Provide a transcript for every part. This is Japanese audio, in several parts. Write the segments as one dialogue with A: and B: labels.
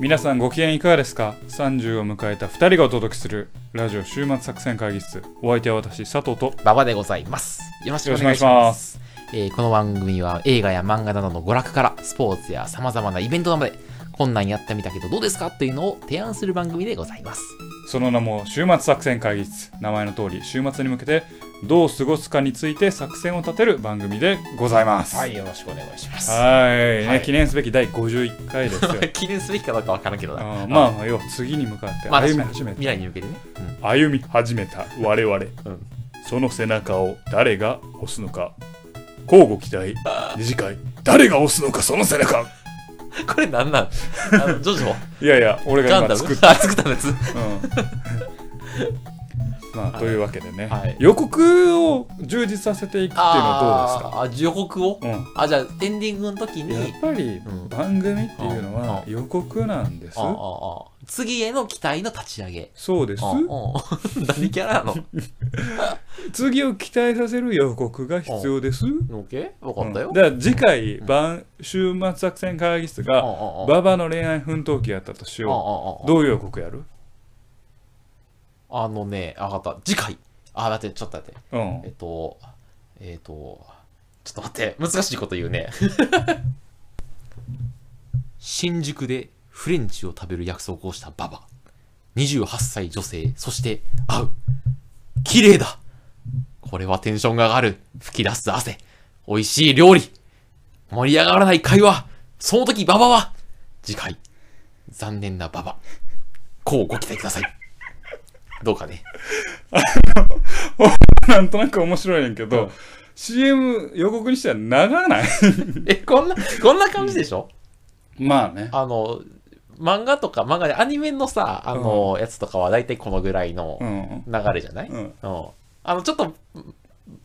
A: 皆さんご機嫌いかがですか ?30 を迎えた2人がお届けするラジオ週末作戦会議室お相手は私佐藤と
B: 馬場でございます。よろしくお願いします。えーこの番組は映画や漫画などの娯楽からスポーツや様々なイベントなどでこんなんやってみたけどどうですかというのを提案する番組でございます。
A: その名も週末作戦会議室名前の通り週末に向けてどう過ごすかについて作戦を立てる番組でございます
B: はい、よろしくお願いします。
A: はいね
B: はい
A: 記念すべき第51回ですよ
B: 記念すべきかどうかわからんけどな。
A: あーまあ要は次に向かって
B: まあ
A: 歩み始めた、
B: 未来に向けてね。
A: 歩み始めた我々
B: うん。うん、
A: その背中を誰が押すのか交互期待二次会誰が押すのかその背中
B: これ なんなんあのジョジョ
A: いやいや俺
B: ガ
A: が
B: ンダ
A: 今
B: ム
A: 作っ
B: あ作ったやつ。
A: うん、まあというわけでね、
B: はい
A: 予告を充実させていくっていうのは
B: あーあ、予告を
A: どうですか、
B: あ、じゃあエンディングの時
A: うん、やっ
B: に。
A: ぱり
B: うん
A: 番組っていうのは
B: うん
A: 予告なんです
B: ああああ次への期待の立ち上げ。
A: そうです
B: ああ 何キャラなの
A: 次を期待させる予告が必要です
B: オッケーわかったよ。
A: うんだから次回晩週末作戦会議室が
B: あ
A: 馬場の恋愛奮闘記やったとし
B: ああ
A: よう
B: ああ
A: どういう予告やる
B: あのね、あわかった。次回。あ、待って、ちょっと待って。
A: うん
B: えっと、えっと、ちょっと待って、難しいこと言うね。 新宿でフレンチを食べる約束をしたババ。28歳女性、そして会う。綺麗だこれはテンションが上がる。吹き出す汗。美味しい料理。盛り上がらない会話。その時ババは次回。残念なババ。こうご期待ください。どうかね。
A: なんとなく面白いねんけど、
B: うん
A: CM 予告にしては長ない
B: え、こんな、こんな感じでしょ、
A: まあね
B: あの、漫画とか、漫画でアニメのさ、あの、やつとかは大体このぐらいの
A: うん
B: 流れじゃない、
A: う
B: うん
A: ん
B: あの、ちょっと、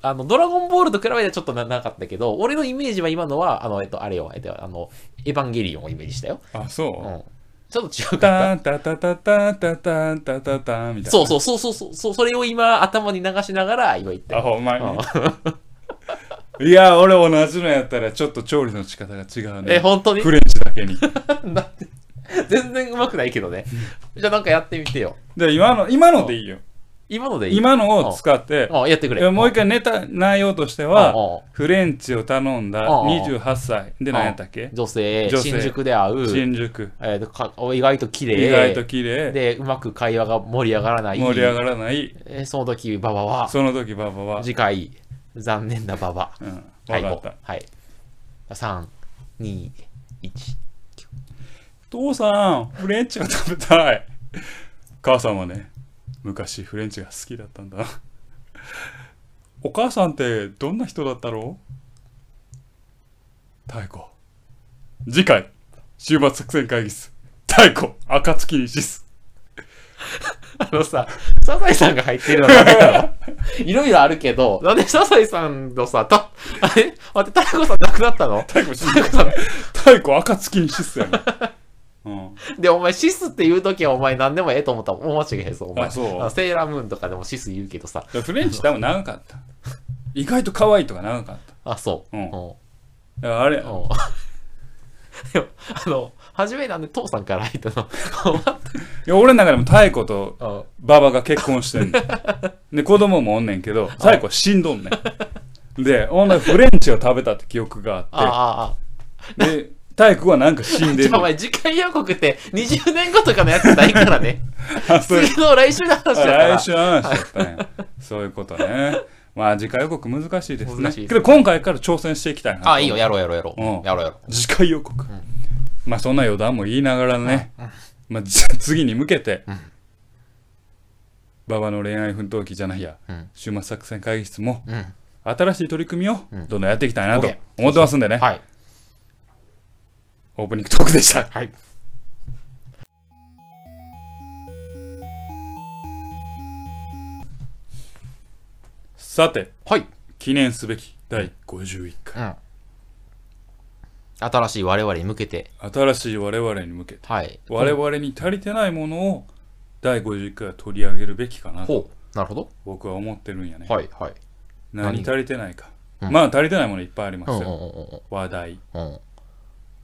B: あの、ドラゴンボールと比べてはちょっとななかったけど、俺のイメージは今のは、あの、えっと、あれよ、えっと、あの、エヴァンゲリオンをイメージしたよ。
A: あそう、
B: うん。ちょっと違うか
A: タ
B: っ
A: ンタタタタタタタタタンみたいな
B: た。そうそうそうそうそう、そうそれを今頭に流しながら今言って
A: あ
B: る。
A: ほんまに、いや俺同じのやったらちょっと調理の仕方が違うね
B: え、本当に
A: フレンチだけに
B: なんで 全然うまくないけどね。じゃあなんかやってみてよ。
A: で今の今のでいいよ
B: 今のでいい
A: 今のを使って
B: あ、やってく
A: い
B: れ。
A: やもう一回ネタ内容として
B: うん
A: は
B: うん
A: フレンチを頼んだ
B: うんうん
A: 28歳で何やったっけ
B: 女性、
A: 女性
B: 新宿で会う、
A: 新宿
B: えーとか意外と綺麗
A: 意外と綺麗
B: で、うまく会話が盛り上がらない。
A: 盛り上がらない
B: えーその時、ババは、
A: その時ババは
B: 次回、残念なババ。
A: うん
B: はい、
A: 分かった
B: もうはい。3、2、1。
A: 父さんフレンチが食べたい母さんはね昔フレンチが好きだったんだお母さんってどんな人だったろう太鼓次回終末作戦会議室太鼓暁にシス
B: あのさ、サザエさんが入っ てるのダメだろいろいろあるけど、なんでサザエさんのさ、た、 あれ待って、タコさん亡くなったの
A: 太鼓シ
B: タコ
A: ス
B: さん。
A: 太鼓暁にシスやね、うん、
B: で、お前、シスって言う時はお前何でもええと思ったら大間違いです、お前。
A: あそう
B: のセーラームーンとかでもシス言うけどさ、
A: フレンチ多分長かった意外と可愛いとか長かっ
B: あ、そう。
A: うん
B: うん
A: たいやあれ
B: うんでも、あの、初めなんで父さんから入ったの。
A: いや俺の中でも太鼓と
B: うん
A: ババが結婚して んねんで子供もおんねんけど最後は死んどんねんで女フレンチを食べたって記憶が
B: ああ
A: あ
B: ああ。
A: ってで体育はなんか死んで
B: じ
A: る
B: ゃあお前、次回予告って20年後とかのやつないからね。
A: あ そういう
B: 次の来週の話だから。
A: 来週の話だったねそういうことねまあ次回予告難しいですね
B: 難しいです
A: けど今回から挑戦していきたいなと
B: ああ、いいよ、やろうやろうやろう。
A: うん
B: やろうやろう。
A: 次回予告、まあそんな余談も言いながらね、まあ、じ次に向けて、馬場の恋愛奮闘記じゃないや、
B: ん
A: 週末作戦会議室も、
B: ん
A: 新しい取り組みをどんどんやっていきたいなと
B: オッケ
A: 思ってますんでね、
B: はい。
A: オープニングトークでした
B: はい。
A: さて
B: はい。
A: 記念すべき第51回、
B: うん。新しい我々に向けて、
A: 新しい我々に向けて
B: はい。
A: 我々に足りてないものを第51回は取り上げるべきかなと
B: ほう。なるほど。
A: 僕は思ってるんやね、
B: はい、はい。
A: 何
B: 何
A: 足りてないか、まあ足りてないものいっぱいありま
B: うん
A: す
B: うん
A: よ、
B: うん
A: 話題
B: うん。
A: ま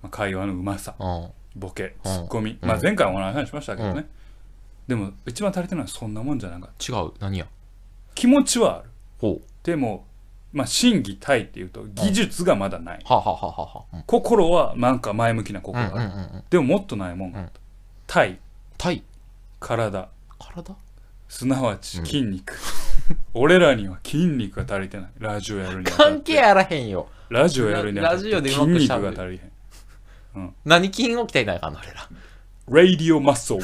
A: あ会話のうまさ
B: うん。
A: ボケ
B: う
A: ツ
B: ん
A: ッコミ、
B: うん
A: まあ、前回もお話ししましたけどね、
B: う
A: でも一番足りてるのはそんなもんじゃなかった
B: 違う何や
A: 気持ちはある
B: ほう
A: でも、まあ、真偽体っていうと技術がまだない、
B: はあ、はあはあはあは
A: 心はなんか前向きな心があ
B: あ、
A: る、
B: うんうんうんうん
A: でももっとないもんがあった、体
B: 体
A: 体
B: 体
A: すなわち
B: うん
A: 筋肉、 俺らには筋肉が足りてないラジオやるにあたっ
B: 関係
A: て
B: あらへんよ
A: ラジオやるにあたっ
B: ラジオ
A: て
B: でう
A: 筋
B: まくし
A: 肉
B: ゃ
A: が
B: べる
A: 足りへん
B: 何筋を鍛えないかんの俺ら
A: ラディオマッ ソー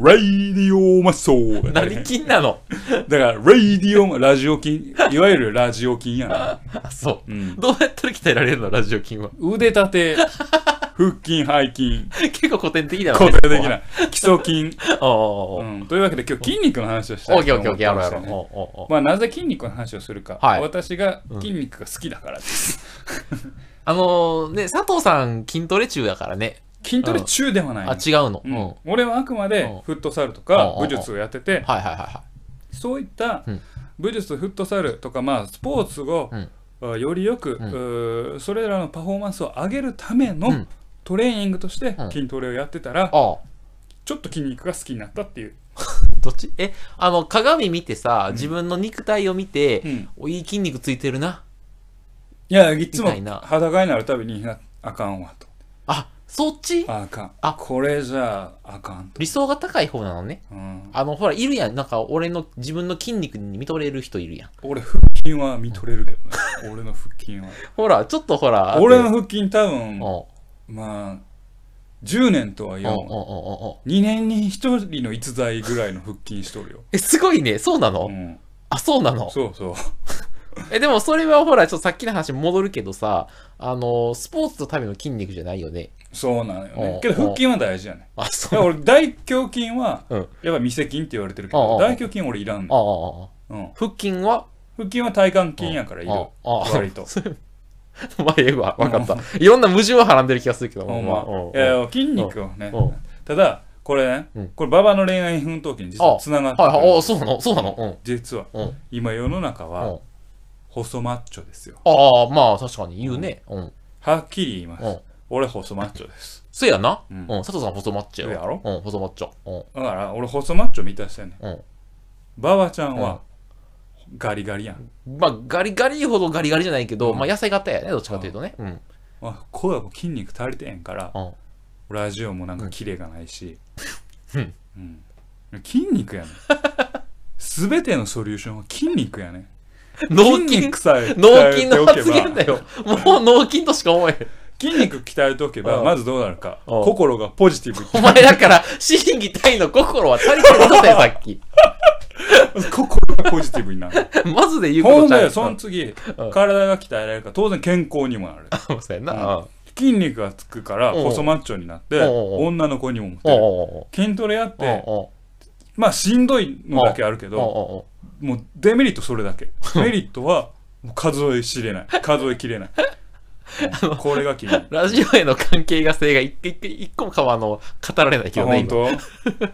A: ラディオマッソーが足りへ
B: 何
A: ん
B: 筋なの
A: だからラディ オラジオ筋いわゆるラジオ筋や な、
B: あそうう、
A: ん、
B: どうやったら鍛えられるのラジオ筋は
A: 腕立 て腹筋背筋
B: 結構古典的だよね
A: 肯定的な基礎筋、
B: お おお
A: う
B: ー
A: ん、というわけで今日筋肉の話をした
B: オ
A: い
B: ッケ
A: と
B: ーオッケー
A: 思
B: オ
A: っ
B: ッケ
A: てました
B: ーやろうやろう
A: ね
B: おうおうおう
A: まあ、なぜ筋肉の話をするか、
B: はい
A: 私が筋肉が好きだからです、
B: あのーね佐藤さん筋トレ中やからね
A: 筋トレ中ではないの
B: あ違うの、
A: う
B: うんん
A: 俺はあくま
B: う
A: で
B: ん
A: フットサルとか
B: う
A: 武
B: ん
A: 術をやってて、
B: はいはいはいは
A: そういった
B: うん
A: 武術フットサルとか、まあ、スポーツを
B: うん、
A: あよりよく、
B: うん
A: うーそれらのパフォーマンスを上げるため
B: う
A: の
B: ん
A: トレーニングとして
B: うん
A: 筋トレをやってたら、
B: ああ
A: ちょっと筋肉が好きになったっていう、
B: どっちえあの鏡見てさ自分の肉体を見て、
A: うん
B: おいい筋肉ついてるない
A: やいつも
B: みたいな
A: 裸になるたびにああかんわと
B: あそっち
A: ああかん
B: あ
A: これじゃああかんと、
B: 理想が高い方なのね
A: うん、
B: あのほらいるやんなんか俺の自分の筋肉に認れる人いるやん
A: 俺腹筋は見とれるけど ね俺の腹筋は
B: ほらちょっとほら
A: 俺
B: う
A: の
B: ん
A: 腹筋多分
B: うん
A: まあ10年とは言
B: うんう
A: わ
B: んうん
A: んわ
B: うん
A: 2年に1人の逸材ぐらいの腹筋しとるよ、
B: えすごいねそうなの、
A: うん、
B: あそうなの
A: そう そう
B: えでもそれはほらちょっとさっきの話に戻るけどさあのスポーツのための筋肉じゃないよね
A: そうなのよ
B: う
A: ね
B: ん
A: けど腹筋は大事やね
B: あ
A: だか
B: そう
A: ら俺大胸筋は
B: うんあ
A: やっぱ未筋って言われてるけ
B: うんうんう
A: ど
B: ん
A: 大胸筋俺いらん
B: あ
A: の、
B: ああ
A: うん、
B: 腹筋は
A: 腹筋は体幹筋やからいる
B: ああ
A: 割と
B: まあええわ分かったいろんな矛盾ははらんでる気がするけど
A: ほ
B: ほ
A: ん
B: ん
A: ま
B: ま うん
A: いやいや筋肉をね
B: うん
A: ただこれ
B: うん
A: ねこれ馬場の恋愛奮闘記に実はつながって
B: はいはいあ
A: る
B: あそうなのそうなのうん
A: 実は
B: うん
A: 今世の中
B: う
A: は
B: ん
A: 細マッチョですよ
B: ああまあ確かに言うねうん
A: はっきり言いま
B: う
A: す
B: ん
A: 俺細マッチョです
B: そやな
A: う
B: うんん佐藤さん細マッチョ
A: そうやろ
B: うん細マッチョうん
A: だから俺細マッチョ満たしてんねん
B: うん
A: 馬場ちゃんはガリガリやん
B: まあガリガリほどガリガリじゃないけど
A: うん
B: まあ痩せ型やねどっちかというとねうん
A: あこうやっぱ筋肉足りてへんから
B: うん
A: ラジオもなんかキレがないし、
B: うん
A: うん筋肉やねん全てのソリューションは筋肉やねん
B: 脳
A: 筋
B: 筋
A: 肉さえ鍛
B: 脳
A: え
B: 筋
A: て
B: の
A: おけ
B: 発言
A: ば
B: だよ。もう脳筋としか思えへん。
A: 筋肉鍛えておけば
B: うん
A: まずどうなるか
B: うん
A: 心がポジティブ
B: お前だから、心技体の心は足りてることだよ、さっ き。
A: 心がポジティブにな る
B: マジで言うこ
A: ほ
B: と
A: ん
B: ちゃう
A: で
B: よ。
A: その
B: ん
A: 次体が鍛えられるから当然健康にもなる
B: そうやな。うん
A: 筋肉がつくから
B: うん
A: 細マッチョになって
B: うんうんうん
A: 女の子にもモ
B: おう
A: テる
B: おうおう
A: 筋トレやっ
B: おう
A: て
B: おう
A: まあしんどいのだけあるけ
B: おう
A: ど
B: おうおう
A: もうデメリットそれだけメリットはもう数え知れない 数えきれないうんこれが君あ
B: ラジオへの関係が性が一個一個一個もかわあの語られないけどね、
A: 本
B: 今。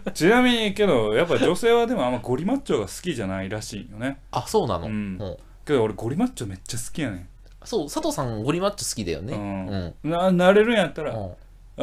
A: 当ちなみにけどやっぱ女性はでもあんまゴリマッチョが好きじゃないらしいよね
B: あ、そうなの、
A: う
B: うんん
A: けど俺ゴリマッチョめっちゃ好きやね
B: そう、佐藤さんゴリマッチョ好きだよ
A: ん、
B: ね。
A: う
B: う
A: んななれるんやった
B: ん。
A: ら
B: うん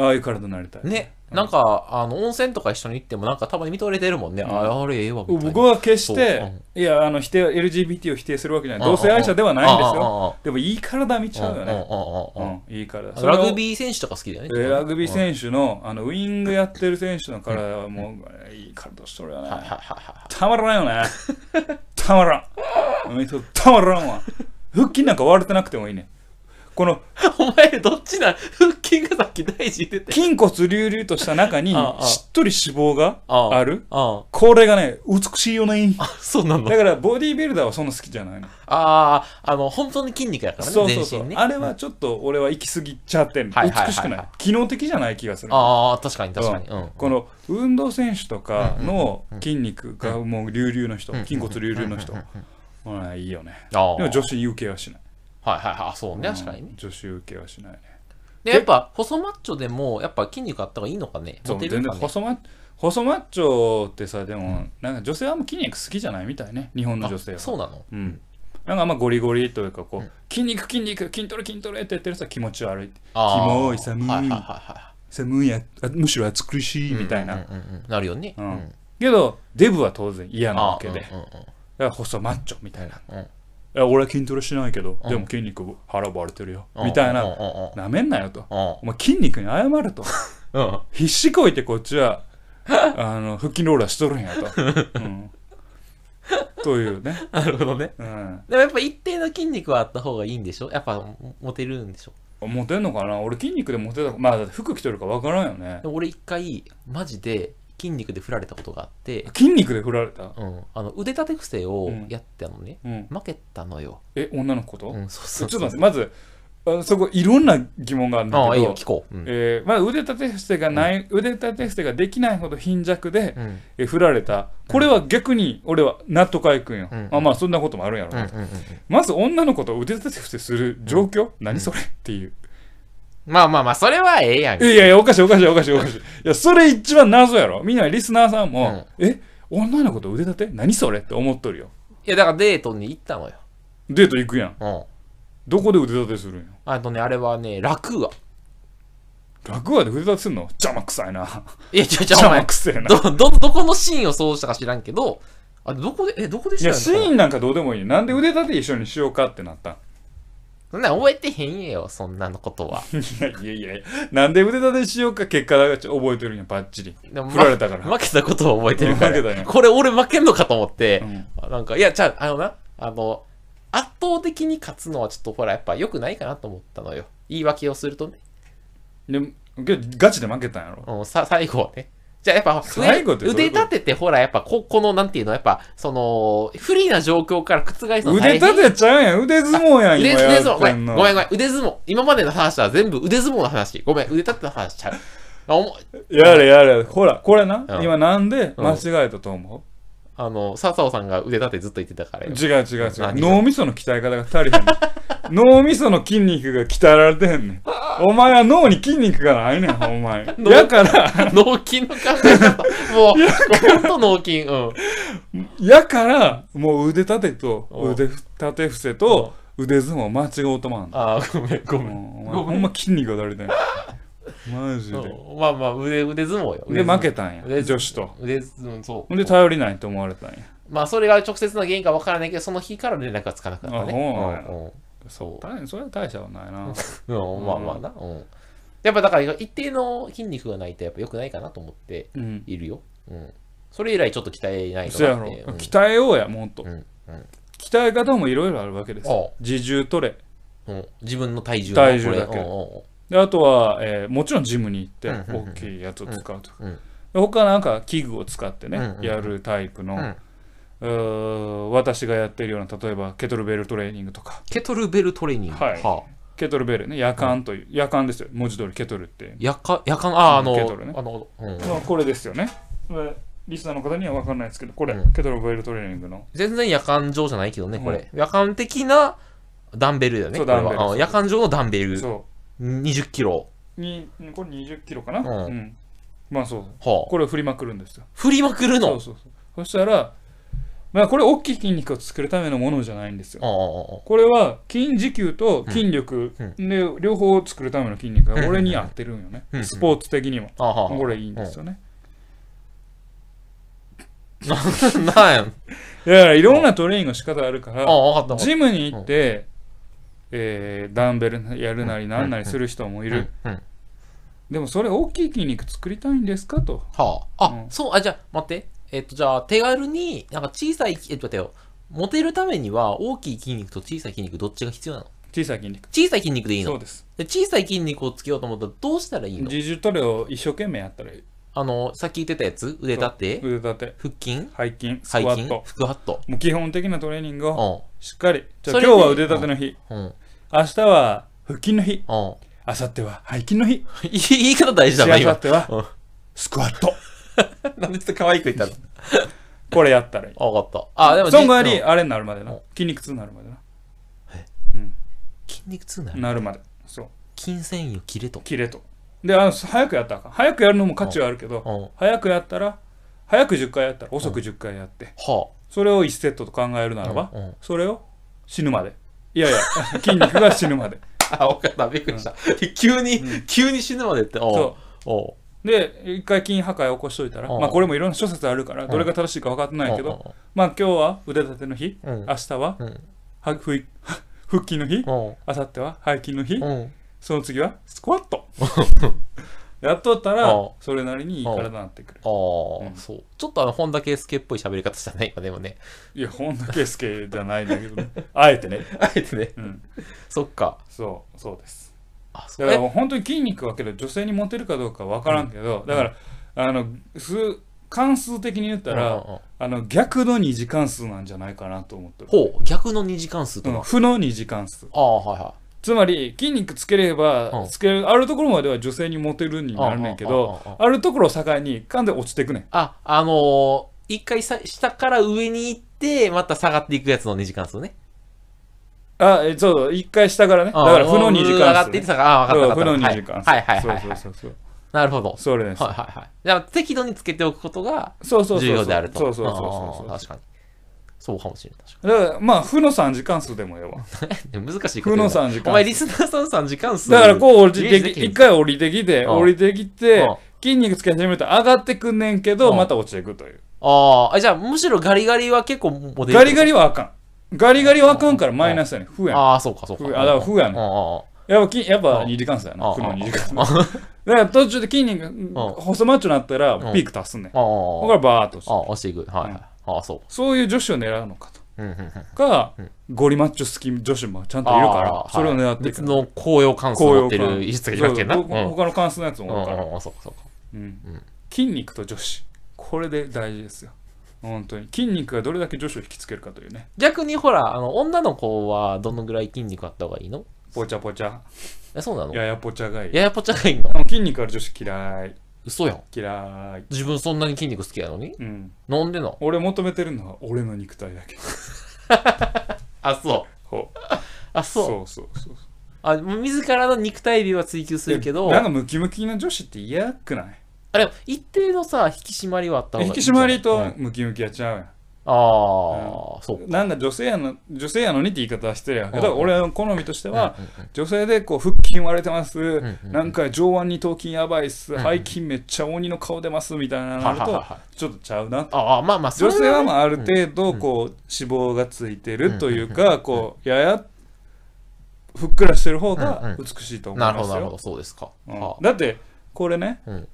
A: ああいう体になりたい
B: ね、なんか、あの、温泉とか一緒に行っても、なんかたまに見とれてるもんね。
A: ん
B: ああれええわ、みたいな
A: 僕は決して
B: そう
A: いやあの否定 LGBT を否定するわけじゃない同性愛者ではないんですよ
B: よ。
A: でもいい体見ちゃうよね
B: ね。
A: うんいい体
B: ラグビー選手とか好きだよね。
A: えーラグビー選手のあのウイングやってる選手の体はもういい体しとるよね
B: はいはいはいは
A: たまらんよねたまらんうんそうたまらんわ腹筋なんか割れてなくてもいいねこの
B: い。 お前、どっちな腹筋がさっき大事言ってて。
A: 筋骨隆々とした中に
B: ああ
A: しっとり脂肪がある
B: あ
A: これがね美しいよね
B: あ、 そうなの
A: だ。からボディービルダーはそんな好きじゃないの
B: ああ、あの、本当に筋肉やからね、
A: そうそうそ
B: 全
A: う、
B: 身ね。
A: あれはちょっと俺は行き過ぎちゃってる
B: はいはいはいはい
A: 美しくない機能的じゃない気がする
B: ああ、確かに確かに。うん。
A: この運動選手とかの筋肉がもう隆々の人、筋骨隆々の人、ほらいいよね。
B: ああ。
A: でも女子に受けはしない。
B: はいはいはいあ。そうね、確かにね
A: うん。女子受けはしないね。
B: で、やっぱ、細マッチョでも、やっぱ筋肉あった方がいいのかね。
A: そ
B: モ
A: う
B: テ
A: 全
B: る
A: 然
B: のかね。
A: 細マッ細マッチョってさ、でも、なんか女性はあんま筋肉好きじゃないみたいね、日本の女性は。
B: あそうなの
A: うん。なんかあんまゴリゴリというか、こう、筋肉筋肉、筋トレ筋トレってやってる人は気持ち悪い。キ
B: あー
A: モい寒い
B: はいはいはいはい。
A: 寒いやあむしろ暑苦しいみたいな、
B: うんうんうんうんなるよね。
A: う
B: うんん。
A: けどデブは当然嫌な
B: あ
A: わ
B: あ、
A: けで、だか
B: うんうんうん
A: ら細マッチョみたいな
B: うんうん
A: いや俺は筋トレしないけど、
B: うん
A: でも筋肉腹ばれてるよ、
B: うん
A: みたい
B: うんう
A: なん
B: うん
A: なめんなよと
B: うん
A: お前筋肉に謝ると
B: うん
A: 必死こいてこっち はあの腹筋ローラーしとるんやと、うん、というね、
B: なるほどね。
A: うん、
B: でもやっぱ一定の筋肉はあった方がいいんでしょやっぱモテるんでしょ
A: モテんのかな俺筋肉でモテたまあだって服着てるか分からんよね
B: でも俺一回、マジで筋肉で振られたことがあって、
A: 筋肉で振られた、
B: うん、あの腕立て伏せをやったのね。
A: うん、
B: 負けたのよ。
A: え女の子と、
B: うん、そうそう
A: ちょ
B: そ
A: っ
B: う。
A: と待ってまずあそこいろんな疑問があるんだ
B: ああ、
A: け
B: いい
A: ど
B: よ、聞こう。うん。
A: えーまあ、腕立て伏せがない、腕立て伏せができないほど貧弱で、
B: うん。
A: えー振られたこれは逆に俺は納得がいくんよ、
B: うん
A: まあまあそんなこともあるんやろう
B: うん
A: な、
B: うんうんうん。
A: まず女の子と腕立て伏せする状況、何それっていう、
B: まあまあまあ、それはええやん。
A: いやいやおかしいおかしいおかしいおかしいいやそれ一番謎やろみんなリスナーさんも、え女の子と腕立て何それって思っとるよ
B: いや、だからデートに行ったのよ。
A: デート行くやん
B: うん。
A: どこで腕立てするんよ
B: あとね、あれはね、楽は。
A: 楽屋で腕立てするの邪魔くさいない
B: や、ちょ、ちょ、
A: 邪魔
B: お前
A: く、せえな
B: ど、ど、どこのシーンをそうしたか知らんけど、あ、どこで、え、どこでし
A: い
B: た
A: や
B: よ
A: シーンなんかどうでもいいなんで腕立て一緒にしようかってなったん
B: そんなん覚えてへんよ、そんなのこと は。
A: いやいやいやいや、なんで腕立てしようか結果だけ覚えてるんや、ばっちり。
B: でも
A: 振られたから
B: ま負けたことは覚えてる
A: う
B: から。
A: ん負けたね
B: これ俺負けんのかと思って、
A: うん
B: あなんか、いや、じゃあ、あのな、あの、圧倒的に勝つのはちょっとほら、やっぱ良くないかなと思ったのよ。言い訳をするとね。
A: でも、けどガチで負けたんやろ。
B: うん、さ、最後はね。じゃあやっぱ、
A: 最後ってどういうこと
B: 腕立ててほら、やっぱこ、この、なんていうの、やっぱ、その、不利な状況から覆すの大変
A: 腕立てちゃうやん、腕相撲やん、今
B: 腕腕相
A: や
B: 撲、
A: っ
B: ごめ
A: て
B: ん、
A: んの。
B: ごめん、ごめん、腕相撲。今までの話は全部腕相撲の話。ごめん、腕立ての話ちゃう。あおも
A: やれやれ、ほら、これな、
B: うん
A: 今なんで間違えたと思
B: あの、笹尾さんが腕立てずっと言ってたから
A: う、
B: よ。
A: 違う違う違う。
B: 何が
A: 脳みその鍛え方が足りへん。 脳みその筋肉が鍛えられてへんねん。お前は脳に筋肉がないねん、お前。
B: 脳
A: やから、
B: 脳筋の考え方。もう、ほんと脳筋。うん。
A: やから、もう腕立てと、
B: うん
A: 腕立て伏せと、腕相撲間違うとまんの
B: あーごめん、ごめん。
A: うんお前ほんま筋肉がだれてんマジで
B: うんまあまあ、腕、 腕相撲よ。
A: で負
B: た。
A: けたんや
B: 腕
A: 女子と
B: 腕、うん、そ
A: ほん
B: う
A: で。頼りないと思われたんや
B: まあ、それが直接の原因かわからないけど、その日から連絡がつかなくなったね。
A: あ
B: うん
A: そう大それは大したことないな
B: うん。うん、まあまあな。うん。やっぱだから、一定の筋肉がないと、やっぱ良くないかなと思って
A: うん
B: いるよ。うん。それ以来ちょっと鍛えないと
A: そうや
B: なっ
A: ろ
B: て。うん
A: 鍛えようやもっと
B: うんうん
A: 鍛え方もいろいろあるわけですよ
B: あ
A: 自重トレ
B: うん、自分の体重
A: 体重だけ
B: うんうん
A: であとは、えーもちろんジムに行って
B: うんうんうん
A: 大きいやつを使うとか
B: うんうん
A: で他なんか器具を使って
B: うん
A: ね
B: うんうん
A: やるタイプ
B: うんう
A: の
B: ん
A: うー私がやってるような例えばケトルベルトレーニングとか
B: ケトルベルトレーニング。
A: はい
B: はあ
A: ケトルベルね夜間という夜間ですよ文字通りケトルって
B: 夜間、夜間、ああ、あの、
A: ケトルね
B: あの、うん、
A: まあ、これですよね。これリスナーの方には分かんないですけど、これ、
B: うん
A: ケトルベルトレーニングの。
B: 全然夜間上じゃないけどね、これ。夜間的なダンベルだよね、
A: そう
B: これは
A: ダンベル
B: あ
A: そう
B: 夜間上のダンベル。
A: そ
B: 20キロ。
A: う。にこれ20キロかな、
B: うん
A: まあそう。
B: はあ、
A: これを振りまくるんですよ。
B: 振りまく
A: そ
B: る
A: う
B: の。
A: そうそう。そしたら、まあこれ大きい筋肉を作るためのものじゃないんですよ。
B: ああ
A: これは筋持久と筋力
B: うん
A: で両方を作るための筋肉
B: うん
A: が俺に合ってるんよね
B: うんう。ん
A: スポーツ的にも。
B: ああ、ああ、ああ。
A: これいいんですよね。
B: うん。 なんやん。
A: いやいやいろんなトレーニングの仕方あるから
B: あ、あ、わかったわかっ
A: ジムに行って、えーダンベルやるなりなんなりする人もい
B: た。
A: る。
B: うん。うん
A: でもそれ大きい筋肉作りたいんですかと。
B: はあ。あ、
A: うん
B: そう、あ、じゃあ、待って。えっと、じゃあ、手軽に、なんか小さい、えっと、待ってよ。モテるためには、大きい筋肉と小さい筋肉、どっちが必要なの
A: 小さい筋肉。
B: 小さい筋肉でいい
A: そう
B: の
A: です。
B: で小さい筋肉をつけようと思ったらどうしたらいいの
A: 自重トレを一生懸命やったらいい。
B: あの、さっき言ってたやつ腕立て
A: 腕立て、
B: 腹筋
A: 背筋、スク
B: 背
A: ワ
B: 筋
A: ット。
B: 腹圧と。
A: もう基本的なトレーニングを
B: う
A: しっかり。じゃあ
B: それで
A: 今日は腕立ての日、
B: ん。うん。
A: 明日は腹筋の日、
B: うん。
A: 明後日は背筋の日、
B: 言い言い方大事
A: し
B: だ
A: 明
B: な、
A: 後
B: 今。
A: 日はスクワット。
B: なんでちょっと可愛く言ったの
A: これやったらいい。
B: あ、わかった。あ、でも、
A: その代わり、
B: うん
A: あれになるまでな
B: うん。
A: 筋肉痛になるまでな。
B: 筋肉痛なの
A: なるまで。そう。
B: 筋繊維を切れと。
A: 切れと。で、あの早くやったらあかん。早くやるのも価値はあるけ
B: うん。
A: ど、
B: は
A: 早くやったら、早く10回やったら遅く10回やって。それを1セットと考えるならば、
B: うんうん
A: それを死ぬまで。いやいや、 筋肉が死ぬまで。
B: あ。あ、わかった。びっくりした。急に、急に死ぬまでって。うん
A: そ
B: おう
A: で一回筋破壊起こしといたら
B: うん
A: まあこれもいろんな諸説あるから
B: ん
A: どれが正しいか分かってないけど
B: ど
A: まあ今日は腕立ての日
B: うん
A: 明日は
B: うん
A: はふい 腹筋の日
B: うん
A: 明後日は背筋の日
B: うん
A: その次はスクワッ トやっとったら
B: うん
A: それなりにいい体になってくる
B: ああ、
A: うん
B: そうちょっとあの本田圭佑っぽい喋り方したね今でもね
A: いや本田圭佑じゃないんだけどね あえてね
B: あえてね
A: うん
B: そっか
A: そうそうです
B: あそ
A: だ
B: う
A: から
B: え
A: もう本当に筋肉はけど女性にモテるかどうか分からんけど、だからあの数関数的に言ったら、
B: うんうんうん
A: あの逆の二次関数なんじゃないかなと思ってる
B: ほう逆の二次関数と
A: う
B: か、
A: ん
B: あ
A: 負の二次関数
B: あはいは
A: つまり筋肉つけれ
B: う
A: ば
B: ん
A: つける、あるところまでは女性にモテるになるねんけど、
B: うんうんうんうん
A: あるところを境に完全に落ちてくねん
B: いああのー、一回さ下から上に行ってまた下がっていくやつの二次関数ね
A: あえそうそう一回下からねだから負の二次
B: うん上が
A: 関
B: っ
A: 数
B: て
A: ね、
B: いって下からああ分
A: そう
B: かった
A: 負の
B: 分
A: 二
B: か
A: 次関
B: った
A: 数、
B: はいはいはいはい、はい、
A: そうそうそうそう
B: なるほど
A: それです、
B: はいはいはい。じゃあ適度につけておくことが
A: そうそうそうそう
B: 重要であると。
A: そうそうそうそう
B: あー確かに。そうかもしれない。確
A: だからまあ負の3次関数でもええわ
B: かに難しいこと言う
A: 負の
B: な
A: 三次関数
B: お前リスナーさん3時間数。
A: だからこう降り
B: イメージ
A: て
B: でき
A: き
B: る
A: 一回降りてきて
B: うん
A: 降りてきて
B: うん
A: 筋肉つけ始めると上がってくんねんけ
B: う
A: ど
B: ん
A: また落ちていくという
B: あーあ、じゃあむしろガリガリは結構モデル。
A: ガリガリはあかんガリガリはあかんからマイナスやねん負やね
B: ああ、そうかそうか。
A: ふあだからふやね
B: うん
A: やっぱきやっぱ
B: うん
A: 二次関数や
B: う
A: なん負の二次関数だから途中で筋肉細マッチョになったらピーク足すねん
B: うんうん
A: こ
B: うん。
A: れバーっと落ち
B: あ
A: る
B: あ、押していく。はいはい。ああ、そうか。
A: そういう女子を狙うのかと
B: うんうんうん。いる
A: か
B: うん
A: ゴリマッチョ好き女子もちゃんといるからそれを狙っていく
B: 別の紅葉関数持ってる技術がいるわけやな。
A: そ
B: う
A: う
B: んうんうん
A: 他の関数のやつもおるから
B: うん。そうかそうか。
A: うん筋肉と女子これで大事ですよ本当に筋肉がどれだけ女子を引きつけるかというね
B: 逆にほら、あの、女の子はどのぐらい筋肉あった方がいいの
A: ぽちゃぽちゃ
B: え、そうなの
A: ややぽちゃがいい
B: ややぽっちゃがいいの
A: もう筋肉ある女子嫌い
B: 嘘やん。
A: 嫌い
B: 自分そんなに筋肉好きやのに
A: うん
B: なんでの
A: 俺求めてるのは俺の肉体だけ
B: あ、そう。
A: ほう
B: あ、そう。
A: そうそうそう
B: あ、自らの肉体美は追求するけど、
A: なんか
B: あ
A: ムキムキの女子って嫌くない
B: れ、一定のさ、引き締まりはあった方がいい
A: 引
B: ん
A: き
B: じ
A: 締
B: ゃな
A: ま
B: い。
A: りと
B: うん
A: ムキムキは違うやん
B: ああ、そうか。
A: なんか女性やの女性やのにって言い方はしてるやんけ
B: う
A: ど
B: ん
A: 俺の好みとしては
B: うんうんうん
A: 女性でこう腹筋割れてます、
B: んうん
A: なんか上腕二頭筋やばいっす、
B: ん
A: 背筋めっちゃ鬼の顔出ますみたいなの
B: は
A: あ
B: は
A: る
B: は
A: と
B: は
A: ちょっとちゃうな
B: ああ、まあまあ、それ
A: 女性はまあある
B: 度。
A: 程度こう脂肪がついてるというかこうややふっくらしてる方が美しいと思い
B: なる
A: ま
B: ほ
A: す
B: ど、なるほ
A: よ
B: ど、そうですか。
A: うん
B: は
A: だってこれね
B: あうん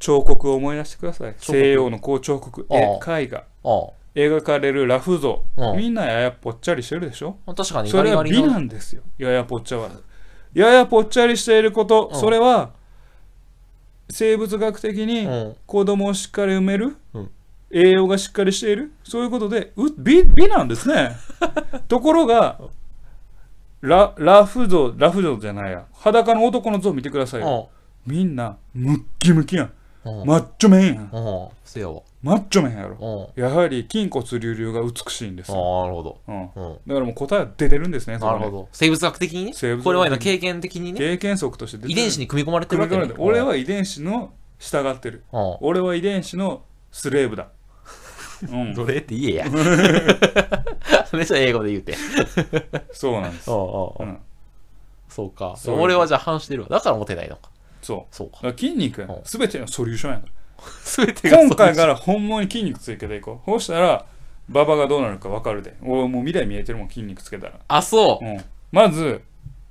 A: 彫刻を思い出してください
B: 刻
A: 西洋のこう彫刻
B: ああ
A: 絵絵画
B: あ
A: 描かれるラフ像
B: あ
A: みんなややぽっちゃりしてるでしょ
B: あ、確かに
A: そ
B: ガリ
A: れ
B: ガ
A: は
B: リ
A: 美
B: の。
A: なんですよややぽっちゃはややぽっちゃりしていること、
B: うん
A: それは生物学的
B: う
A: に
B: ん。
A: 子供をしっかり埋める、
B: うん
A: 栄養がしっかりしているそういうことでう美美なんです ねところがララフ像ラフ像じゃないや裸の男の像見てくださいよ、みんなムッキムキやん、
B: うん。うん。
A: マッチョメンやん
B: うん。せやわ。
A: マッチョメンやろ
B: うん。あ
A: やはり筋骨隆々が美しいんです
B: あ、
A: よ、
B: なるほど。
A: うん、
B: うん。
A: だからもう答えは出てるんですねそこ
B: な
A: ね
B: るほど。生物学的にね。
A: 生物学的に
B: これまでの経験的にね。
A: 経験則として出てる
B: 遺伝子に組み込まれてるわけね。
A: 俺は遺伝子の従ってる
B: うん、
A: 俺は遺伝子のスレーブだ、うん、
B: 奴隷って言え や。 めっちゃ英語で言うて。
A: そうなんです、う
B: そ
A: ん、
B: うか。
A: そう
B: 俺はじゃあ反してるわ。だからモテないのか。
A: そ
B: そう
A: うだ
B: か。
A: から筋肉
B: うん
A: すべてのソリューションやか
B: すべて
A: ら
B: が。
A: 今回からら本物に筋肉つけていこうこうしたら馬場がどうなるか分かるでおもう未来見えてるもん筋肉つけたら、
B: あ、そう
A: う。ん、まず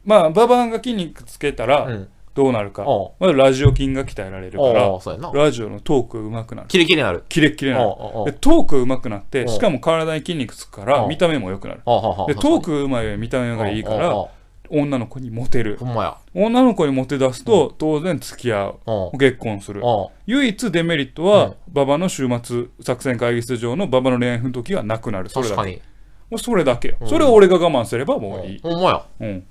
A: まあ馬場が筋肉つけた
B: う
A: ら
B: ん。
A: どうなるか、
B: おう
A: まずラジオ筋が鍛えられるから
B: おうそうやな。
A: ラジオのトーク上手くなる
B: キレキレなる。
A: キレッキレなる
B: おうおうお
A: で
B: う
A: トーク上手くなっ
B: う
A: て
B: ん
A: しかも体に筋肉つくから
B: うん
A: 見た目も良くなる
B: おうおうおう
A: でトークうまいより見た目がいいか。
B: おうお
A: ら
B: う
A: 女の子にモテる
B: ほんまや。
A: 女の子にモテ出すと当然付き合
B: おう
A: う結婚する
B: おう
A: 唯一デメリット
B: うん
A: は馬場の週末作戦会議室上の馬場の恋愛奮闘記がなくなるそれ
B: 確
A: だ
B: か
A: け
B: に。
A: もうそれだけよ
B: うん
A: それを俺が我慢すればもういい
B: ほんまや。
A: うん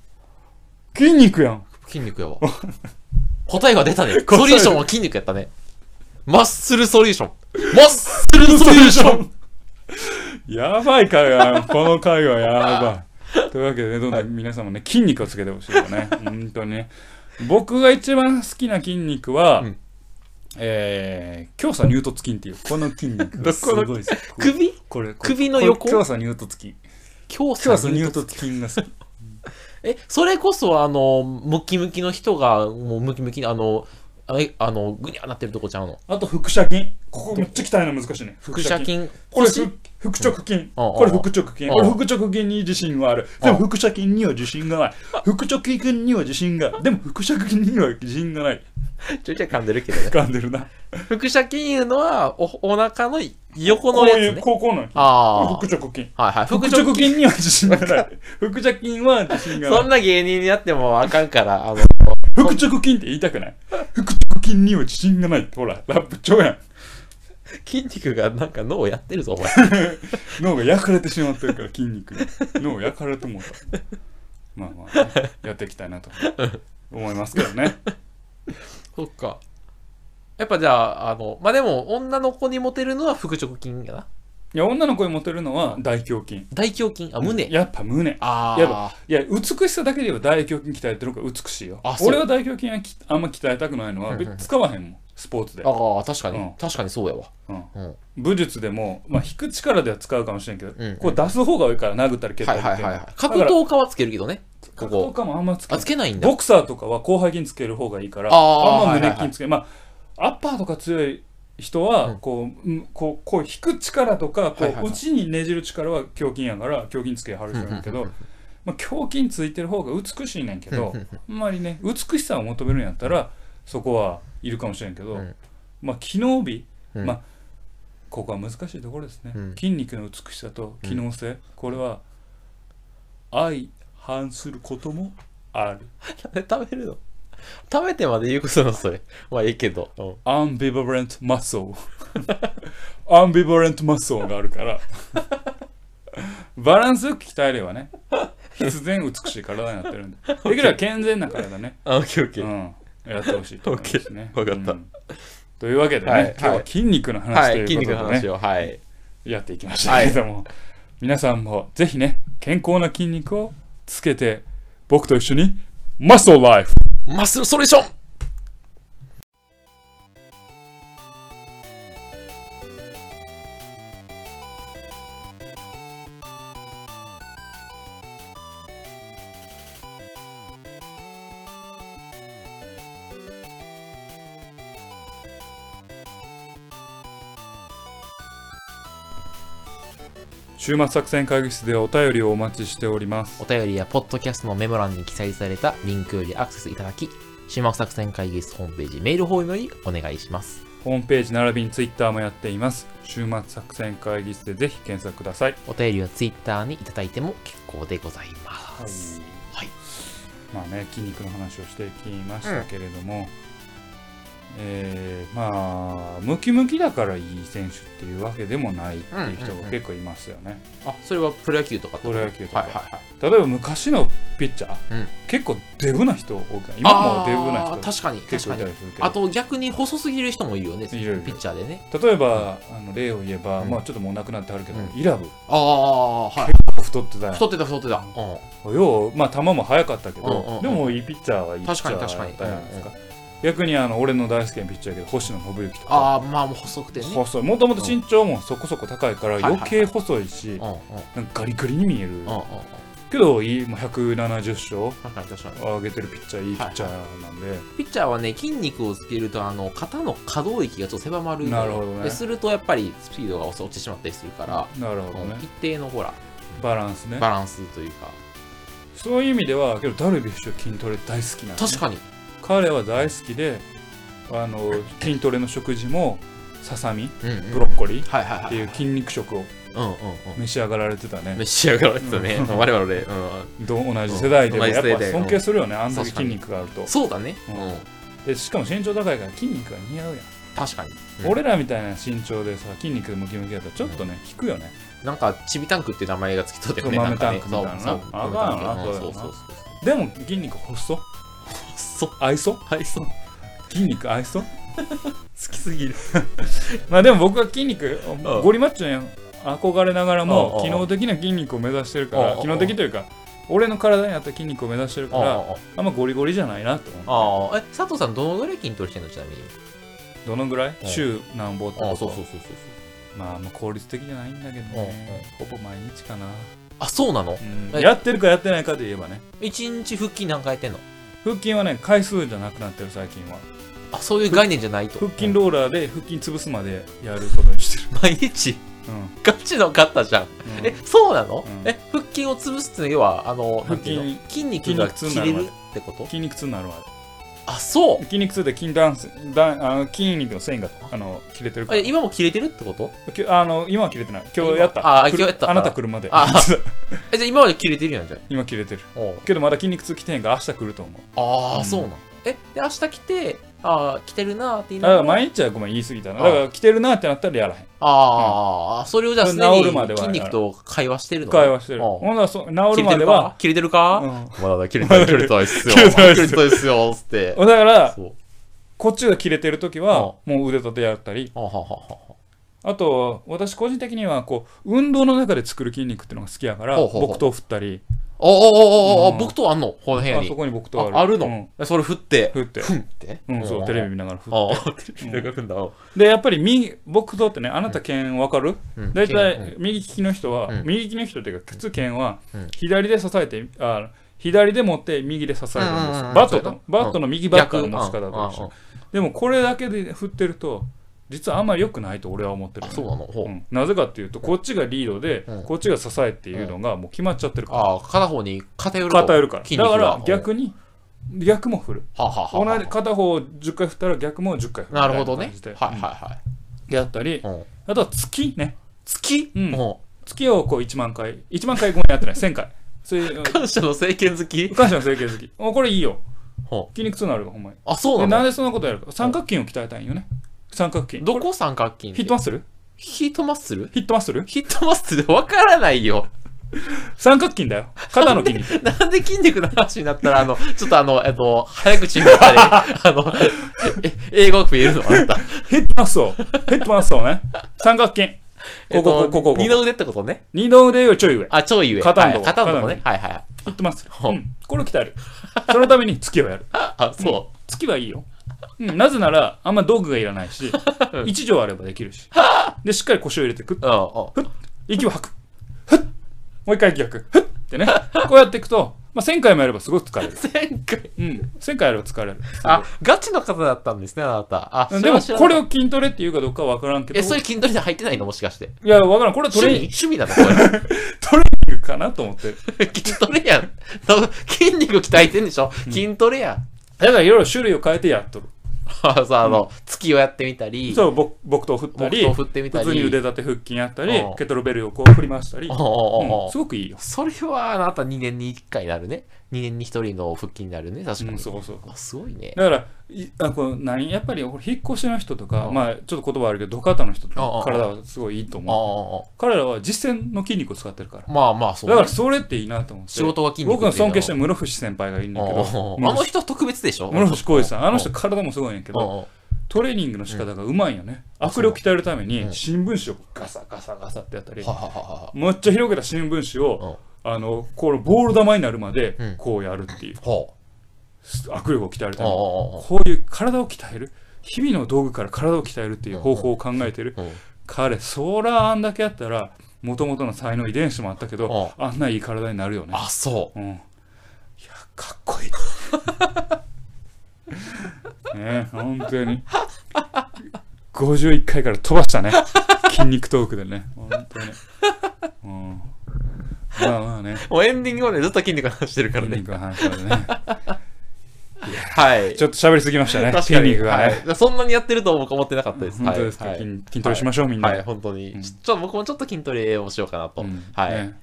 A: 筋肉やん
B: 筋肉やわ。答えが出た ね。ソリューションは筋肉やったね。マッスルソリューション。マッスルソリューシ ョン。
A: やばい会話やんこの会話やばいというわけでねどんどん皆さんもね筋肉をつけてほしいよね本当にね僕が一番好きな筋肉は、
B: うん
A: えー、強鎖乳突筋っていうこの筋肉がすごい好き
B: 首
A: これこれ
B: 首の横
A: これ強鎖乳突筋
B: 強
A: 強
B: さ
A: 鎖乳突筋が好き
B: え、それこそ、あの、ムキムキの人が、もうムキムキの、あの、あれあの、ぐにゃーなってるとこちゃうの。
A: あと腹斜筋ここめっちゃ鍛えるの難しいね
B: 腹斜筋。
A: これ
B: 腰
A: 腹腹直筋
B: ああ
A: これ腹直筋
B: ああ
A: これ腹直筋に自信があるでも腹斜筋には自信がない腹直筋には自信がでも腹斜筋には自信がない
B: ちょいちょい噛んでるけどね。
A: 噛んでるな
B: 腹斜筋いうのは、お、お腹の
A: こ
B: 横の
A: う
B: や
A: い
B: つ
A: う
B: ね。
A: こうこうなの
B: あ
A: 腹直筋
B: あ。はいはい。
A: 腹
B: 腹直
A: 直筋には自信がない腹斜筋は自信がな
B: そ
A: い
B: んな芸人になってもあかんから、あの、
A: 腹直筋って言いたくない腹直筋には自信がないってほらラップ超やん
B: 筋肉がなんか脳やってるぞ、お前。
A: 脳が焼かれてしまってるから筋肉に脳が焼かれてもうたまあまあね、やっていきたいなと思いますけどね
B: そっか。やっぱじゃあ、あの、まあ、でも、女の子にモテるのは腹直筋やな。
A: いや女の子にモテるのは大胸筋
B: 大胸筋、あ、胸。
A: やっぱ胸
B: あ
A: や
B: あ
A: ば。いや美しさだけで言えば大胸筋鍛えてるから美しいよ
B: あそう
A: 俺は大胸筋はきあんま鍛えたくないのは別に使わへんもんスポーツで、
B: ああ、確かに、
A: うん
B: 確かにそうやわ。
A: うん
B: うん。
A: 武術でも、まあ、引く力では使うかもしれんけど、
B: うん
A: こう出す方が多いから殴ったり蹴っ
B: は
A: た
B: い
A: り
B: はい
A: ってのは
B: はいうはい。格
A: だから
B: 闘家はつけるけどね。こ
A: 格闘
B: こ。
A: 家もあんまつけ
B: あ、
A: ない
B: つけないんだ。
A: ボクサーとかは後背筋つける方がいいから、
B: あー
A: あんま胸
B: はいはいは
A: 筋
B: い
A: つけない、まあ、アッパーとか強い人は
B: うん
A: こう、うんこう、こう引く力とか、こ、
B: はいはいうはい
A: 内にねじる力は胸筋やから、胸筋つけはる人なんやけ
B: うん
A: ど、まあ、胸筋ついてる方が美しいねんけど
B: うん、
A: あんまりね、美しさを求めるんやったら、そこはいるかもしれんけど、
B: うん
A: まあ、機能美、
B: うん
A: まあ、ここは難しいところですね。
B: うん
A: 筋肉の美しさと機能性、これは相反することもある。
B: 食べるの食べてまで言うことなのそれ。まあ、いいけど。うん。
A: アンビバレントマッ ソーアンビバレントマッソーがあるからバランスよく鍛えればね必然美しい体になって るんでできれば健全な体ね、
B: あ、オッケーオッケ
A: う
B: ー。
A: ん、やってほしいと思いますね
B: OK わかった
A: うんというわけでね、
B: はいはい
A: 今日は筋肉の
B: は
A: 話と
B: い、
A: い
B: 筋
A: うこ
B: 肉の
A: とでね、
B: 話を。はい。
A: やっていきましたけれども、皆さんもぜひね健康な筋肉をつけて僕と一緒にマッソーライフ
B: マッスルソリューション
A: 週末作戦会議室でお便りをお待ちしております
B: お便りやポッドキャストのメモ欄に記載されたリンクよりアクセスいただき、週末作戦会議室ホームページメールフォームよりお願いします。
A: ホームページ並びにツイッターもやっています。週末作戦会議室でぜひ検索ください。
B: お便りはツイッターにいただいても結構でございます。はい。
A: まあね、筋肉の話をしてきましたけれども、えーまあ、ムキムキだからいい選手っていうわけでもないっていう人
B: うんうんう
A: が
B: ん
A: 結構いますよね。
B: あ、それはプロ野球とか
A: プロ野球とか
B: はいはいはい。
A: 例えば昔のピッチャー、
B: うん
A: 結構デブな人多くない今もデブ
B: あ
A: な
B: ー
A: 人
B: 確かに、
A: 結
B: 確
A: 構いた
B: かに
A: り。するけど。
B: あと逆に細すぎる人もいるよね、ピ
A: いるいる
B: ッチャーでね。
A: 例えば、あの例を言えば、
B: うん
A: まあちょっともう亡くなってはるけど、
B: うん
A: イラブ
B: ああ、はい。
A: 太ってたやん
B: 太ってた太ってた。うん。
A: よう、まあ、球も速かったけど、
B: うんうんうん
A: でもいいピッチャーはいいピッチャーだったじゃないですか
B: 確かに確か
A: 逆にあの俺の大好きなピッチャーやけど星野信之とか
B: ああ、まあもう細くてね。うんうん
A: 細いもともと身長もそこそこ高いから
B: いはいは
A: 余計
B: い
A: 細いし、
B: うんうん
A: なんかガリガリに見える、
B: うん。
A: けどいいもう170勝
B: 確かに確かに。
A: 上げてるピッチャーいいピッチャーなんで、
B: ピッチャーはね、筋肉をつけると、あの、肩の可動域がちょっと狭まるのよ
A: なるほどね
B: ですると、やっぱりスピードが落ちてしまったりするから、
A: なるほど
B: うん
A: ね
B: 一定のほら、
A: バランスね
B: バランスというか、
A: そういう意味ではけどダルビッシュは筋トレ大好きなんで
B: 確かに、
A: 彼は大好きであの筋トレの食事もささみ
B: うんうん
A: ブロッコリー
B: はいはい
A: っ
B: は
A: て
B: い。
A: いう筋肉食を
B: うんうん
A: 召し上がられてたね
B: うん。召し上がられてたね。うん我々、う
A: ど同じ世代でも
B: うん
A: やっ
B: 同じ世
A: ぱ
B: 代
A: 尊敬するよね、あんだけ
B: 確か
A: 筋
B: に
A: 肉があると
B: ん。そうだね。
A: う
B: うんん。
A: でしかも身長高いから筋肉が似合うやん、
B: 確かに。うん
A: 俺らみたいな身長でさ筋肉ムキムキだとちょっとね、引くよね
B: なんか、ちびタンクって名前がつきとってね。
A: そう
B: なんかね
A: 豆タンクみたいなな
B: そうそう
A: あかんよな
B: 豆タン
A: そういううんのな
B: クそうそうそう。
A: でも筋肉細
B: そう。
A: 愛想
B: はい、そう。好
A: 筋肉愛 想
B: きすぎる。
A: まあでも僕は筋肉
B: ん
A: ゴリマッチョに憧れながら
B: うんうん
A: も
B: うん
A: 機能的な筋肉を目指してるか
B: うんうん
A: ら
B: うん
A: 機能的というか俺の体に合った筋肉を目指してる
B: あ
A: から
B: あ
A: あんまゴリゴリじゃないなと思う
B: ああ、え、佐藤さん、どのぐらい筋トレしてんのちなみに。
A: どのぐらい
B: うん
A: 週何本ってこと
B: そうそうそうそう。
A: まああんま効率的じゃないんだけどね、ほぼ毎日かな
B: あ、そうなの
A: うん
B: え
A: やってるかやってないかで言えばね
B: ?1 日腹筋何回やってんの
A: 腹筋はね回数じゃなくなってる最近は
B: あ、そういう概念じゃないと。
A: 腹筋ローラーで腹筋潰すまでやることにしてる、
B: 毎日、
A: うん
B: ガチの方じゃん。
A: うん
B: え、そうなの、
A: うん
B: え、腹筋を潰すっていうのは、要は、あの、なんていうの
A: 腹
B: 筋肉が
A: 筋肉痛に
B: 切
A: な
B: れ
A: るま
B: る
A: で
B: ってこと
A: 筋肉痛になるわ
B: あ、そう
A: 筋肉痛で筋断線断あの筋肉の線があの切れてるから
B: え、今も切れてるってこと
A: きあの今は切れてない今日やった
B: 今あ
A: くる
B: 今日やった
A: あなた来るまで
B: あえ、じゃあ今まで切れてるやんじゃん。
A: 今切れてる
B: おう
A: けどまだ筋肉痛来てへんから明日来ると思う
B: ああ、
A: うん
B: そうなん。え、で、明日来て、ああ、来てるなーって言い
A: だ
B: な
A: か
B: が
A: ら
B: ら。
A: 毎日はごめん言い過ぎたな
B: あ
A: だから来てるなってなったらやらへん
B: ああ、それをじゃあすで
A: 治るまで
B: に
A: は
B: 筋肉と会話してるの
A: 会話してる
B: ああ
A: ほんならそ治るまでは
B: 切れてるか
A: うん
B: 切れてるかまだまだ切れてない、切れてないっすよ。
A: 切れてないっす
B: 切れてないっすよ、つって。
A: だから
B: そう。
A: こっちが切れてる時はもう腕立てやったり
B: はあはあはあはあ
A: あと私個人的にはこう運動の中で作る筋肉っていうのが好きやから
B: ほうほうほう
A: 木刀振ったり
B: おおおおお
A: う
B: お、
A: ん
B: 僕とあんのこの部屋
A: あそ
B: に。
A: こに木刀ある
B: あ、ある
A: うん
B: のそれ振って。
A: 振って
B: ふんって
A: うんそうテレビ見ながら振って
B: ああ、テレビで書くんだ。
A: でやっぱり右僕とってねあなた剣わかる、
B: うん
A: 大
B: うん
A: 体右利きの人は、
B: うん
A: 右利きの人っていうか靴剣は
B: うん
A: 左で支えてあ左で持って右で支えてるんです、
B: うんうんう
A: バ
B: ん
A: ット
B: そうや
A: と
B: な
A: バットの右バットの持ち方と一
B: うんうん
A: 緒でもこれだけで振ってると実はあんまり良くないと俺は思ってる
B: あ、そうなのほう
A: うんなぜかっていうとこっちがリードで、
B: うん
A: こっちが支えっていうのがもう決まっちゃってるから、
B: ああ、片方に偏ると。
A: 偏るから
B: 筋
A: だ
B: 肉
A: か
B: が
A: ら逆に逆も振る
B: はあはあはあ
A: 同
B: はあ
A: じ片方10回振ったら逆も10回振る
B: なるほどね
A: みたい。な
B: はい
A: 感じで
B: は
A: やったり
B: いはい。うん
A: あとは月ね
B: 月
A: うん
B: も
A: 月をこう1万回1万回ごめんやってない1000回そういう
B: う感謝の政権好き
A: 感謝の整形好 きもうこれいいよ
B: ほ
A: 筋肉痛になるよほんまに
B: うあ、そう
A: でな
B: な
A: ん
B: の
A: でそんなことやるか三角筋を鍛えたいんよね三角筋
B: どこ三角筋
A: ヒットマッスル
B: ヒットマッスル
A: ヒットマッスル
B: ヒットマッスルでわからないよ。
A: 三角筋だよ肩の筋肉
B: なんで筋肉の話になったら、あの、ちょっとあの、えっと、早口に なったり、あの、え英語が増えるのあなた。
A: ヘッドマッスルヘッドマッスルね三角筋こここここここ
B: 二の腕ってことね。
A: 二の腕よりちょい上
B: あ、超上。
A: 肩のとこ
B: はい肩のとこね。はいはい。
A: ヒットマッスル
B: ほう
A: うんこれを鍛えるそのために月をやる
B: あ、そ
A: 月はいいよ、うん、なぜならあんま道具がいらないし一畳あればできるしでしっかり腰を入れてくっ
B: う。うん、うん。
A: 息を吐く。ふっもう一回息を吐く。ふっってね。こうやっていくと、まあ、1000回もやればすごく疲れる。
B: 前回。
A: うん。1000回やれば疲れる。
B: あ、ガチの方だったんですね、あなた。あ、
A: うん
B: そ
A: で
B: は
A: も、
B: 知らな
A: こ
B: か
A: れ
B: った
A: を筋トレっていうかどうかは分からんけど、
B: え、そういう筋トレで入ってないのもしかして。
A: いや、分からん。これはト
B: 趣
A: レ
B: 味
A: ーニン
B: 趣味なのこ
A: グかなと思ってる。
B: れ。 筋トレやん。筋肉鍛えてんでしょ筋トレやん。
A: だから、いろいろ種類を変えてやっとる。
B: あそう、あの、月をやってみたり。
A: そう、僕、僕と振ったり、
B: 木刀振ってみたり
A: 普通に腕立て腹筋やったり
B: うん、
A: ケトルベルをこう振り回したり、
B: お
A: う
B: うんおうおうおう
A: すごくいいよ。
B: それはあなた2年に1回になるね。2年に1人の腹筋になるね、確か
A: うん、
B: に。
A: そうそう。
B: あすごいね。
A: だから、いあこうなんやっぱり俺引っ越しの人とか、
B: うん
A: まあちょっと言葉悪いけど、土方の人と
B: うんうんう
A: か
B: ん、
A: 体はすごいいいと思う。
B: あ
A: 彼らは実践の筋肉を使ってるから
B: あ、。まあまあ、そう
A: だ
B: ね。
A: からそれっていいなと思って。
B: 仕事が筋肉
A: 僕が尊敬して
B: る
A: る室伏先輩がいるんだけど、
B: あの人特別でしょ
A: 室伏浩二さん、あの人
B: う
A: 体もすごいんやけ
B: う
A: ど、
B: んうん
A: トレーニングの仕方がうまいんよね。
B: うん
A: 握力を鍛えるために
B: うん
A: 新聞紙をガサガサガサってやったり、
B: はははは
A: むっちゃ広げた新聞紙を、あの、このボール球になるまで
B: うん
A: こうやるっていう。
B: ほ
A: 握力を鍛える
B: う
A: ために。
B: んうん
A: こういう体を鍛える。日々の道具から体を鍛えるっていう方法を考えてる。
B: うんうん
A: 彼、そらあんだけやったら、もともとの才能遺伝子もあったけど、あんないい体になるよね。
B: あ、そ
A: うん。いや、かっこいい。 ねえ、本当に。51回から飛ばした ね。筋肉トークでね。本当に。うん。まあまあね。
B: う。もうエンディングまでずっと筋肉の話してるから
A: 筋
B: ね。
A: 肉の話はね。
B: はい。
A: ちょっと喋りすぎましたね。
B: 確
A: 筋
B: かに。
A: 肉がね。
B: はいそんなにやってると僕は思ってなかったです。
A: 本当ですか、
B: はいはい
A: 筋筋トレしましょう、みんな。
B: はい、本当に。ちょっと僕もちょっと筋トレをしようかなと
A: うん。
B: はい。
A: ね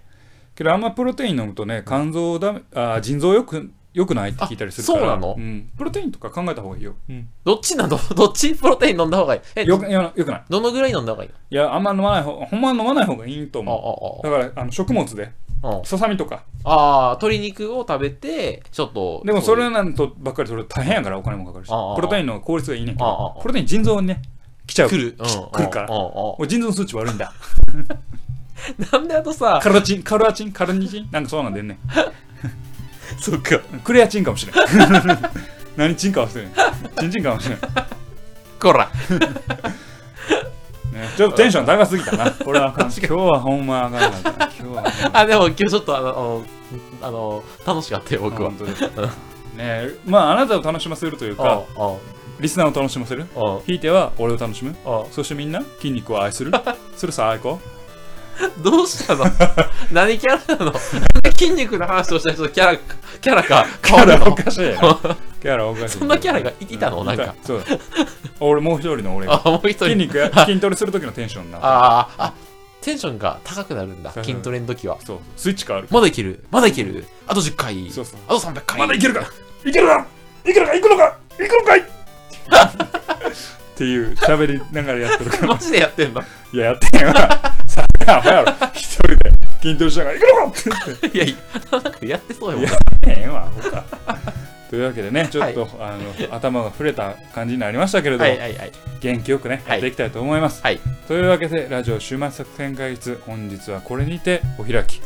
A: けどあんまプロテイン飲むとね、肝臓だめ、あ腎臓よく、よくないって聞いたりするから。
B: あそうなの
A: んプロテインとか考えた方がいいよ。うん。
B: どっちなの どっちプロテイン飲んだ方がいいえ、
A: よ
B: ど
A: く、よくない。
B: のぐらい飲んだ方がいい
A: いや、あんま飲まない方、ほんま飲まない方がいいと
B: あ
A: 思う。
B: あ
A: だから、あの食物で、
B: あ、ああ。
A: ささみとか。
B: ああ、鶏肉を食べて、ちょっと。
A: でも、それ
B: ういう
A: なんとばっかりそれ大変やから、お金もかかるし
B: あああ。あ
A: プロテインの効率がいいねんけ
B: ああ
A: ど
B: あ、あ
A: プロテイン腎臓にね、来ちゃう。
B: 来る。うん。
A: 来るから
B: うんうん
A: もう腎臓の数値悪い んだ。
B: うんなんであと さ、
A: カロチン、カロチン、カロニチンなんかそうなんでんねん。
B: そっか。
A: クレアチンかもしれん。 何チンかもしれん。チンチンかもしれん。ね
B: こら。
A: ちょっとテンション高すぎ たな。これはあかん。今日はほんまあかんかった。今日はあかん。
B: あ、でも今日ちょっとあの、あの、楽しかったよ、僕は
A: 本。当ですねえ、まああなたを楽しませるという
B: あ
A: か、リスナーを楽しませる。
B: あ、あ
A: ひいては俺を楽しむ。
B: あ、あ
A: そしてみんな筋肉を愛 する。それ最高。
B: ど うしたの何キャラなのなんで筋肉の話をした人とキャラ、キャラか
A: キ
B: 変わ
A: ャ
B: る
A: ラお
B: の
A: かしい。キ ャラおかしい。
B: そんなキャラがいたの
A: う
B: なんか。
A: そうだ。俺もう一人の俺が。
B: あ、もう一
A: 筋
B: 人。
A: 肉や筋トレする時のテンションな。
B: ああ、あ、テンションが高くなるんだ、
A: そう
B: 筋トレの時は。
A: そう。スイッチ変わる。
B: まだいける、まだいける、あと10回、
A: そうそう
B: あと300回。
A: まだいけるかいけるかいけるかいくのかいくのかいっていう喋りながらやってるから。
B: マジでやってんの
A: いや、やってんよな。さあ、ほやろ。一人で筋トレしながら、行くのって
B: いや、い やなんかやってそうやもん
A: い
B: な。
A: 言ってへんわ、ほか。というわけでね、ちょっと、あの頭が触れた感じになりましたけれども、
B: はいはいはい。
A: 元気よくね、
B: は
A: や
B: い
A: っていきたいと思います。
B: はい。
A: というわけで、ラジオ週末作戦会議室、本日はこれにてお開き。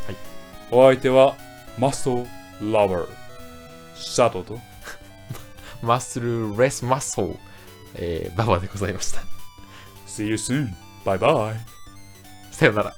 A: お相手は、マストラバー、佐藤と、
B: マッスルレスマッソー、えー、ババでございました。
A: See you soon! バイバイ
B: さよなら。